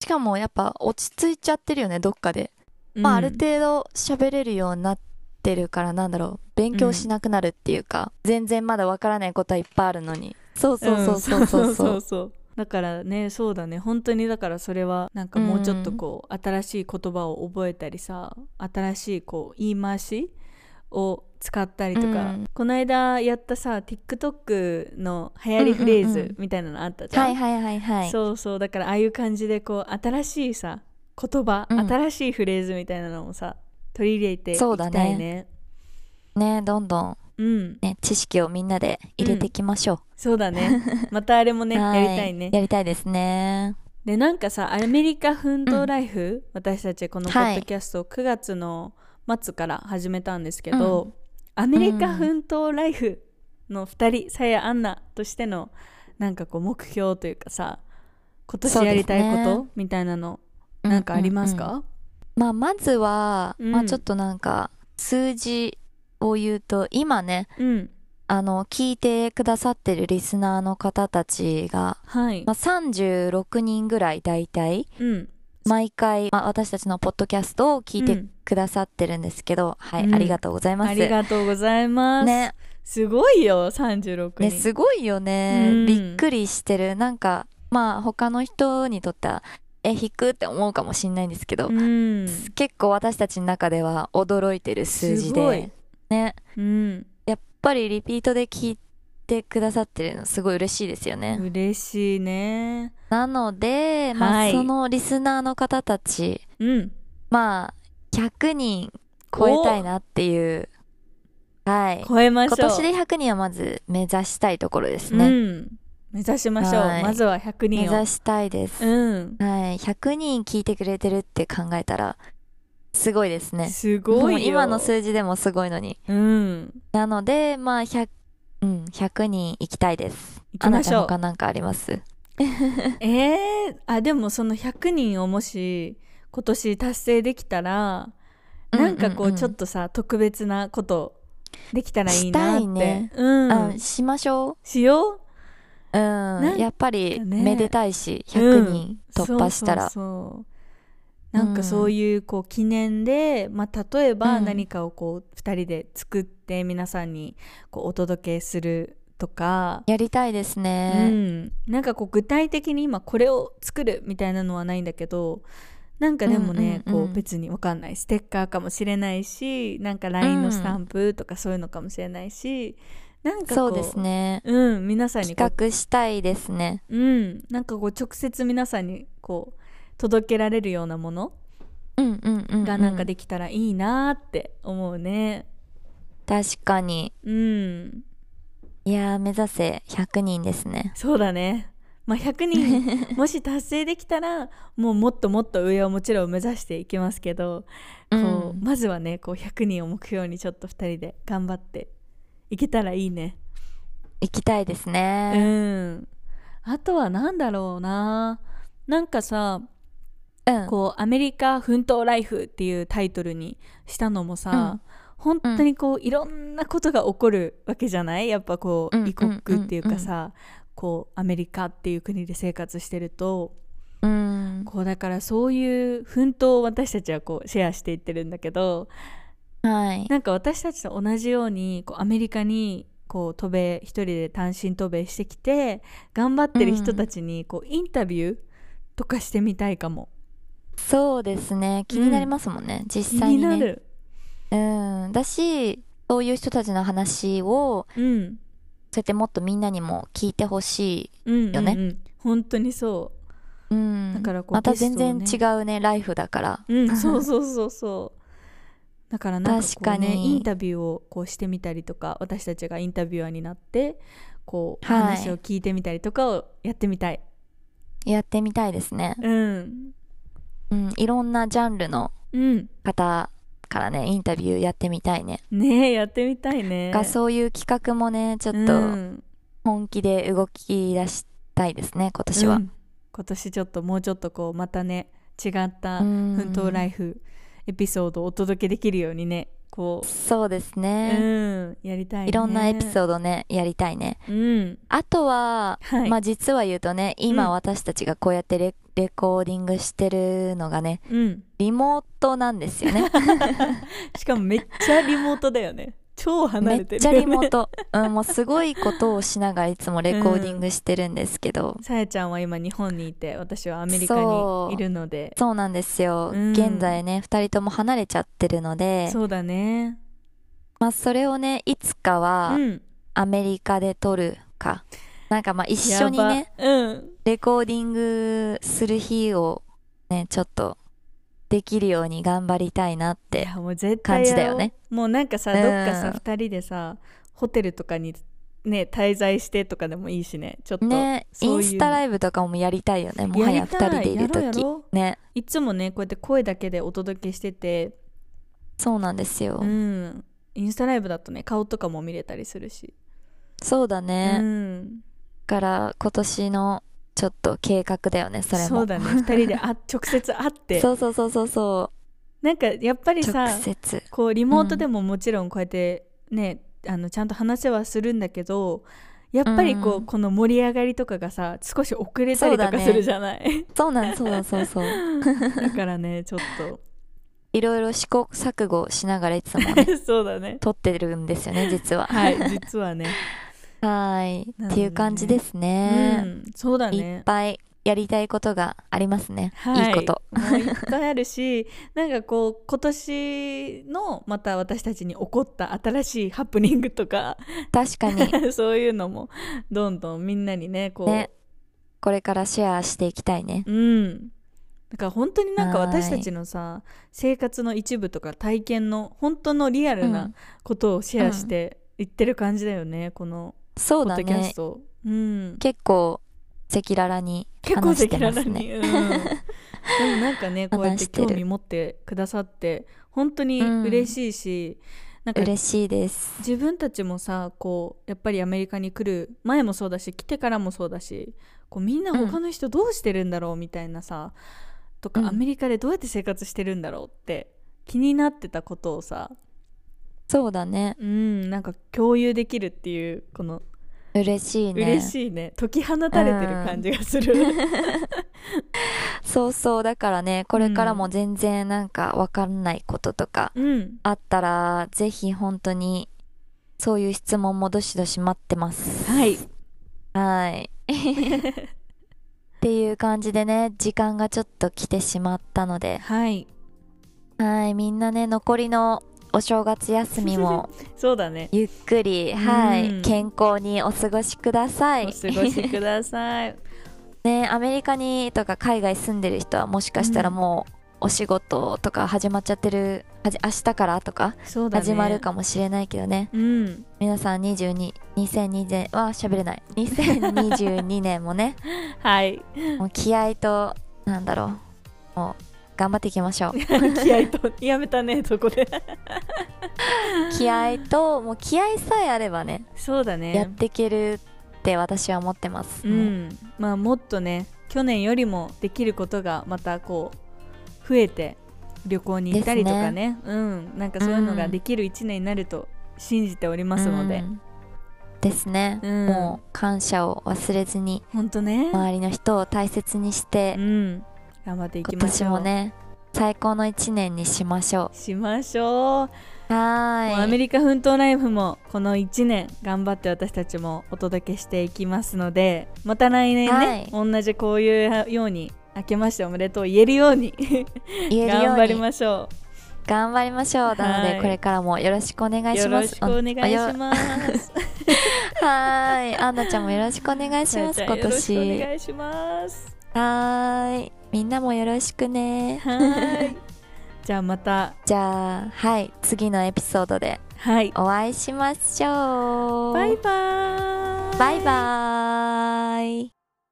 [SPEAKER 1] しかもやっぱ落ち着いちゃってるよねどっかで、まあある程度喋れるようになってるからなんだろう勉強しなくなるっていうか、全然まだわからないことはいっぱいあるのにそうそうそうそうそうそう
[SPEAKER 2] そうだからねそうだね本当にだからそれはなんかもうちょっとこう、新しい言葉を覚えたりさ新しいこう言い回しを使ったりとか、
[SPEAKER 1] うん
[SPEAKER 2] この間やったさ TikTok の流行りフレ
[SPEAKER 1] う
[SPEAKER 2] ー
[SPEAKER 1] んうんう
[SPEAKER 2] ズ
[SPEAKER 1] ん
[SPEAKER 2] みたいなのあったじゃん,、
[SPEAKER 1] はいはいはいはい
[SPEAKER 2] そうそうだからああいう感じでこう新しいさ言葉、
[SPEAKER 1] うん
[SPEAKER 2] 新しいフレーズみたいなのもさ取り入れていき
[SPEAKER 1] そうだ
[SPEAKER 2] たい
[SPEAKER 1] ね
[SPEAKER 2] ね
[SPEAKER 1] ねどんどん
[SPEAKER 2] うん
[SPEAKER 1] ね知識をみんなで入れていきましょう、
[SPEAKER 2] そう だねまたあれもね
[SPEAKER 1] は
[SPEAKER 2] やりたいね
[SPEAKER 1] やりたいですね
[SPEAKER 2] でなんかさアメリカ奮闘ライフ、私たちこのポ
[SPEAKER 1] はい
[SPEAKER 2] ッドキャストを9月の末から始めたんですけど、アメリカ奮闘ライフの2人さやアンナとしてのなんかこう目標というかさ今年やりたい
[SPEAKER 1] そ
[SPEAKER 2] こ
[SPEAKER 1] う
[SPEAKER 2] と、
[SPEAKER 1] で
[SPEAKER 2] みたいなのなんかありますか、
[SPEAKER 1] うんうんうんまあまずは、
[SPEAKER 2] うん
[SPEAKER 1] まあちょっとなんか数字を言うと今ね
[SPEAKER 2] うん
[SPEAKER 1] あの聞いてくださってるリスナーの方たちが、
[SPEAKER 2] はい、
[SPEAKER 1] まあ、36人ぐらい大体
[SPEAKER 2] うん
[SPEAKER 1] 毎回、まあ、私たちのポッドキャストを聞いうて
[SPEAKER 2] ん
[SPEAKER 1] くださってるんですけど、はい、
[SPEAKER 2] うん
[SPEAKER 1] ありがとうございます。
[SPEAKER 2] ありがとうございます、
[SPEAKER 1] ね
[SPEAKER 2] すごいよ36人、
[SPEAKER 1] ね、すごいよね、
[SPEAKER 2] うん
[SPEAKER 1] びっくりしてるなんかまあ他の人にとってはえ引くって思うかもしれないんですけど、
[SPEAKER 2] うん、
[SPEAKER 1] 結構私たちの中では驚いてる数字
[SPEAKER 2] すごい
[SPEAKER 1] で、ね、
[SPEAKER 2] うん、
[SPEAKER 1] やっぱりリピートで聞いてくださってるのすごい嬉しいですよね。
[SPEAKER 2] 嬉しいね
[SPEAKER 1] なので、まあ
[SPEAKER 2] はい
[SPEAKER 1] そのリスナーの方たち
[SPEAKER 2] うん
[SPEAKER 1] まあ100人超えたいなっていうはい
[SPEAKER 2] 超えましょ
[SPEAKER 1] 今
[SPEAKER 2] う
[SPEAKER 1] 年で100人はまず目指したいところですね。
[SPEAKER 2] うん、目指しましょう
[SPEAKER 1] はい
[SPEAKER 2] まずは100
[SPEAKER 1] 目
[SPEAKER 2] 人を
[SPEAKER 1] 指したいです。
[SPEAKER 2] うん
[SPEAKER 1] はい、100人聞いてくれてるって考えたらすごいですね。
[SPEAKER 2] す
[SPEAKER 1] も
[SPEAKER 2] ご
[SPEAKER 1] う
[SPEAKER 2] いよ
[SPEAKER 1] 今の数字でもすごいのに。
[SPEAKER 2] うん
[SPEAKER 1] なので、まあ、100、うん、100人行きたいです。
[SPEAKER 2] 行きましょ
[SPEAKER 1] アナちゃん
[SPEAKER 2] う
[SPEAKER 1] 他なんかあります
[SPEAKER 2] えー、あでもその100人をもし今年達成できたらなんかこうちょっ
[SPEAKER 1] と、
[SPEAKER 2] とさ、特別なことできたらいいな
[SPEAKER 1] した
[SPEAKER 2] って
[SPEAKER 1] いね
[SPEAKER 2] うん、
[SPEAKER 1] あしましょ
[SPEAKER 2] しよ
[SPEAKER 1] う。うんん。やっぱり、
[SPEAKER 2] ね
[SPEAKER 1] めでたいし、
[SPEAKER 2] う
[SPEAKER 1] 100人突破した
[SPEAKER 2] うん
[SPEAKER 1] ら。
[SPEAKER 2] そうそうそうなんかそういうこう記念で、まあ、例えば
[SPEAKER 1] うん
[SPEAKER 2] 何かをこう2人で作って皆さんにこうお届けするとか、
[SPEAKER 1] やりたいです
[SPEAKER 2] う
[SPEAKER 1] ね。
[SPEAKER 2] ん、なんかこう具体的に今これを作るみたいなのはないんだけどなんかでもね、
[SPEAKER 1] うんうんうん
[SPEAKER 2] こう別にわかんないステッカーかもしれないしなんか LINE のスタンプとかそういうのかもしれないし、なんかこ
[SPEAKER 1] そ
[SPEAKER 2] う
[SPEAKER 1] うですね。
[SPEAKER 2] うん、皆さんにこう
[SPEAKER 1] 企画したいですね。
[SPEAKER 2] うん、なんかこう直接皆さんにこう届けられるようなもの
[SPEAKER 1] うんうんうん、うん。
[SPEAKER 2] がなんかできたらいいなーって思うね。
[SPEAKER 1] 確かに。
[SPEAKER 2] うん、
[SPEAKER 1] いやー、目指せ100人ですね。
[SPEAKER 2] そうだね。まあ、100人もし達成できたらもうもっともっと上をもちろん目指していきますけど、こ
[SPEAKER 1] う
[SPEAKER 2] うんまずはねこう100人を目標にちょっと2人で頑張っていけたらいいね。
[SPEAKER 1] 行きたいです
[SPEAKER 2] う
[SPEAKER 1] ね。
[SPEAKER 2] ん、あとは何だろうななんかさ
[SPEAKER 1] うん。
[SPEAKER 2] こう「アメリカ奮闘ライフ」っていうタイトルにしたのもさ、
[SPEAKER 1] うん
[SPEAKER 2] 本当にこういろんなことが起こるわけじゃないやっぱこう、
[SPEAKER 1] うん
[SPEAKER 2] 異国っていうかさ、こうアメリカっていう国で生活してると
[SPEAKER 1] うん。
[SPEAKER 2] こうだからそういう奮闘を私たちはこうシェアしていってるんだけど
[SPEAKER 1] はい。
[SPEAKER 2] なんか私たちと同じようにこうアメリカにこう渡米一人で単身渡米してきて頑張ってる人たちにこうインタビューとかしてみたいかも。
[SPEAKER 1] そうですね。気になりますもんね。
[SPEAKER 2] 気
[SPEAKER 1] 実際
[SPEAKER 2] に
[SPEAKER 1] に
[SPEAKER 2] な
[SPEAKER 1] ね。
[SPEAKER 2] る。
[SPEAKER 1] うん。だし、そういう人たちの話を、
[SPEAKER 2] うん
[SPEAKER 1] そうやってもっとみんなにも聞いてほし
[SPEAKER 2] うん
[SPEAKER 1] よね
[SPEAKER 2] うんうん、本当にそ
[SPEAKER 1] い。うん。
[SPEAKER 2] だからこう
[SPEAKER 1] また
[SPEAKER 2] ゲス
[SPEAKER 1] 全
[SPEAKER 2] トを
[SPEAKER 1] 然
[SPEAKER 2] ね
[SPEAKER 1] 違うね、ライフだから。
[SPEAKER 2] う、うん、そうそうそうそうだからなんかこう、
[SPEAKER 1] 確か
[SPEAKER 2] ね、
[SPEAKER 1] に
[SPEAKER 2] インタビューをこうしてみたりとか私たちがインタビュアーになってこう、
[SPEAKER 1] はい
[SPEAKER 2] 話を聞いてみたりとかをやってみたい
[SPEAKER 1] やってみたいですね。
[SPEAKER 2] うん
[SPEAKER 1] うん。いろんなジャンルの
[SPEAKER 2] うん
[SPEAKER 1] 方からね、インタビューやってみたいね。
[SPEAKER 2] ねえやってみたいね
[SPEAKER 1] がそういう企画もね、ちょっ
[SPEAKER 2] う
[SPEAKER 1] と
[SPEAKER 2] ん
[SPEAKER 1] 本気で動き出したいですね、今年
[SPEAKER 2] う
[SPEAKER 1] は。
[SPEAKER 2] ん今年ちょっともうちょっとこうまたね違っ
[SPEAKER 1] う
[SPEAKER 2] た奮
[SPEAKER 1] ん
[SPEAKER 2] 闘ライフエピソードをお届けできるようにねこ
[SPEAKER 1] そうです
[SPEAKER 2] う、
[SPEAKER 1] ね。
[SPEAKER 2] うん、やりたい、ね、
[SPEAKER 1] いろんなエピソードね、やりたいね。
[SPEAKER 2] ードうん
[SPEAKER 1] あとは、
[SPEAKER 2] はい、
[SPEAKER 1] まあ実は言うとね、今
[SPEAKER 2] うん
[SPEAKER 1] 私たちがこうやってレレコーディングしてるのがね、
[SPEAKER 2] うん
[SPEAKER 1] リモートなんですよね。
[SPEAKER 2] しかもめっちゃリモートだよね。超 離
[SPEAKER 1] め
[SPEAKER 2] れ
[SPEAKER 1] ってちゃ
[SPEAKER 2] る
[SPEAKER 1] リ
[SPEAKER 2] よ
[SPEAKER 1] モ
[SPEAKER 2] ね
[SPEAKER 1] ート、うん、もうすごいことをしながらいつもレコーディングしてるんですけど、
[SPEAKER 2] さやちゃんは今日本にいて私はアメリカにいるので
[SPEAKER 1] そうなんですよ、
[SPEAKER 2] うん
[SPEAKER 1] 現在ね2人とも離れちゃってるので
[SPEAKER 2] そうだね
[SPEAKER 1] まあ、それをねいつかは
[SPEAKER 2] うん
[SPEAKER 1] アメリカで撮るか、なんかまあ一緒にね
[SPEAKER 2] やばうん
[SPEAKER 1] レコーディングする日をねちょっとできるように頑張りたいなっ
[SPEAKER 2] い
[SPEAKER 1] て
[SPEAKER 2] やもう絶対
[SPEAKER 1] 感じだよね
[SPEAKER 2] やろうもうなんかさ
[SPEAKER 1] う
[SPEAKER 2] ど
[SPEAKER 1] ん
[SPEAKER 2] っかさ2人でさホテルとかにね滞在してとかでもいいしねちょっと
[SPEAKER 1] ね
[SPEAKER 2] そういうの
[SPEAKER 1] インスタライブとかもやりたいよねもはや
[SPEAKER 2] りた
[SPEAKER 1] 2人でいる
[SPEAKER 2] やろう
[SPEAKER 1] 時
[SPEAKER 2] やろ
[SPEAKER 1] ね
[SPEAKER 2] ういつもねこうやって声だけでお届けしてて
[SPEAKER 1] そうなんですよ、
[SPEAKER 2] うんインスタライブだとね顔とかも見れたりするし、
[SPEAKER 1] そうだね、
[SPEAKER 2] う
[SPEAKER 1] だ
[SPEAKER 2] ん
[SPEAKER 1] から今年のちょっと計画だよねそれも
[SPEAKER 2] そうだね2人であ直接会って
[SPEAKER 1] そうそうそうそうそ
[SPEAKER 2] なんかやっぱり
[SPEAKER 1] う
[SPEAKER 2] さ
[SPEAKER 1] 直接
[SPEAKER 2] こうリモートでももちろんこうやってね、あのちゃんと話はするんだけどやっぱりこう、
[SPEAKER 1] うん
[SPEAKER 2] この盛り上がりとかがさ少し遅れたりと
[SPEAKER 1] そうだ
[SPEAKER 2] か
[SPEAKER 1] ね
[SPEAKER 2] するじゃない
[SPEAKER 1] そうなんそうだそうそう
[SPEAKER 2] だ,、からねちょっ
[SPEAKER 1] いろいろ試行錯誤しながらいつも ね
[SPEAKER 2] と そうだね
[SPEAKER 1] 撮ってるんですよね実は
[SPEAKER 2] はい実はね、
[SPEAKER 1] はーい
[SPEAKER 2] なのでね
[SPEAKER 1] っていう感じです
[SPEAKER 2] う
[SPEAKER 1] ね、
[SPEAKER 2] んそうだ
[SPEAKER 1] いっ
[SPEAKER 2] ね
[SPEAKER 1] ぱいやりたいことがありますね、、
[SPEAKER 2] はい
[SPEAKER 1] いこと
[SPEAKER 2] もういっぱいあるしなんかこう今年のまた私たちに起こった新しいハプニングとか
[SPEAKER 1] 確か に
[SPEAKER 2] そういうのもどんどんみんなにねこう
[SPEAKER 1] ねこれからシェアしていきたいね
[SPEAKER 2] うん。だから本当になんか
[SPEAKER 1] はーい
[SPEAKER 2] 私たちのさ生活の一部とか体験の本当のリアル
[SPEAKER 1] う
[SPEAKER 2] なんことをシェアしていってる感じだよね、この
[SPEAKER 1] そ
[SPEAKER 2] ポ
[SPEAKER 1] うだ
[SPEAKER 2] ッドキャ
[SPEAKER 1] ね
[SPEAKER 2] スト。うん、
[SPEAKER 1] 結構赤裸々に
[SPEAKER 2] 結構
[SPEAKER 1] 話し
[SPEAKER 2] 的
[SPEAKER 1] て
[SPEAKER 2] な
[SPEAKER 1] ます
[SPEAKER 2] の
[SPEAKER 1] ね
[SPEAKER 2] に、うん、でもなんかねこうやっ
[SPEAKER 1] 話
[SPEAKER 2] て
[SPEAKER 1] してる
[SPEAKER 2] 興味持ってくださって本当に嬉しいし、なんか
[SPEAKER 1] 嬉しいです
[SPEAKER 2] 自分たちもさこうやっぱりアメリカに来る前もそうだし来てからもそうだしこうみんな
[SPEAKER 1] うん
[SPEAKER 2] 他の人どうしてるんだろうみたいなさ、とか、
[SPEAKER 1] うん
[SPEAKER 2] アメリカでどうやって生活してるんだろうって気になってたことをさ
[SPEAKER 1] そうだね
[SPEAKER 2] うんなんか共有できるっていうこの
[SPEAKER 1] 嬉しいね
[SPEAKER 2] 嬉しいね解き放たれてる感じがする、
[SPEAKER 1] そうそうだからねこれからも全然なんか分かんないこととか
[SPEAKER 2] うん
[SPEAKER 1] あったらぜひ本当にそういう質問もどしどし待ってます
[SPEAKER 2] はい
[SPEAKER 1] はい。っていう感じでね、時間がちょっと来てしまったので、
[SPEAKER 2] はい
[SPEAKER 1] はい、みんなね、残りのお正月休み も
[SPEAKER 2] そうだね
[SPEAKER 1] ゆっくり、は
[SPEAKER 2] うん
[SPEAKER 1] い、健康にお過ごしくださ
[SPEAKER 2] お
[SPEAKER 1] い。
[SPEAKER 2] 過ごしください
[SPEAKER 1] ね、アメリカにとか海外住んでる人はもしかしたら
[SPEAKER 2] うん
[SPEAKER 1] もうお仕事とか始まっちゃってる、はじ明日からとか
[SPEAKER 2] そうだね
[SPEAKER 1] 始まるかもしれないけどね、
[SPEAKER 2] うん
[SPEAKER 1] 皆さん22、2020は喋れない。2022年も ね、
[SPEAKER 2] はい
[SPEAKER 1] もう気合となんだろうもう頑張っていきましょう
[SPEAKER 2] 気合とやめたねそこで
[SPEAKER 1] 気合ともう気合さえあればね
[SPEAKER 2] そうだね
[SPEAKER 1] やっていけるって私は思ってます、
[SPEAKER 2] う、
[SPEAKER 1] もうん
[SPEAKER 2] まあもっとね去年よりもできることがまたこう増えて旅行に行ったりとかねうんなんかそういうのができる1年になると信じておりますので、
[SPEAKER 1] うんですね、
[SPEAKER 2] うん
[SPEAKER 1] もう感謝を忘れずに
[SPEAKER 2] ほんとね、
[SPEAKER 1] 周りの人を大切にして
[SPEAKER 2] う、ん、頑張っていき
[SPEAKER 1] 今
[SPEAKER 2] まし
[SPEAKER 1] 年
[SPEAKER 2] ょう
[SPEAKER 1] もね最高の1年にしましょ
[SPEAKER 2] しましょう、
[SPEAKER 1] うは
[SPEAKER 2] もう
[SPEAKER 1] ー
[SPEAKER 2] ア
[SPEAKER 1] い
[SPEAKER 2] メリカ奮闘ライフもこの1年頑張って私たちもお届けしていきますのでまた来年ね、同じこういうように明けましておめでとう言えるように
[SPEAKER 1] 言えるよ
[SPEAKER 2] 頑
[SPEAKER 1] う
[SPEAKER 2] 張り
[SPEAKER 1] に
[SPEAKER 2] ましょう
[SPEAKER 1] 頑張りましょうなの
[SPEAKER 2] は
[SPEAKER 1] で
[SPEAKER 2] い
[SPEAKER 1] これからもよろしくお願いし
[SPEAKER 2] よ
[SPEAKER 1] ま
[SPEAKER 2] ろ
[SPEAKER 1] す
[SPEAKER 2] しくお願いし
[SPEAKER 1] す
[SPEAKER 2] ます。
[SPEAKER 1] はーいアンナちゃんもよろしくお願いします
[SPEAKER 2] さやちゃ
[SPEAKER 1] 今
[SPEAKER 2] んよろしく
[SPEAKER 1] 年
[SPEAKER 2] お願いします。
[SPEAKER 1] はーい。みんなもよろしくね。
[SPEAKER 2] はーい。じゃあまた、
[SPEAKER 1] じゃあ、はい。次のエピソードで
[SPEAKER 2] はい。
[SPEAKER 1] お会いしましょう。
[SPEAKER 2] バイバーイ。
[SPEAKER 1] バイバイ。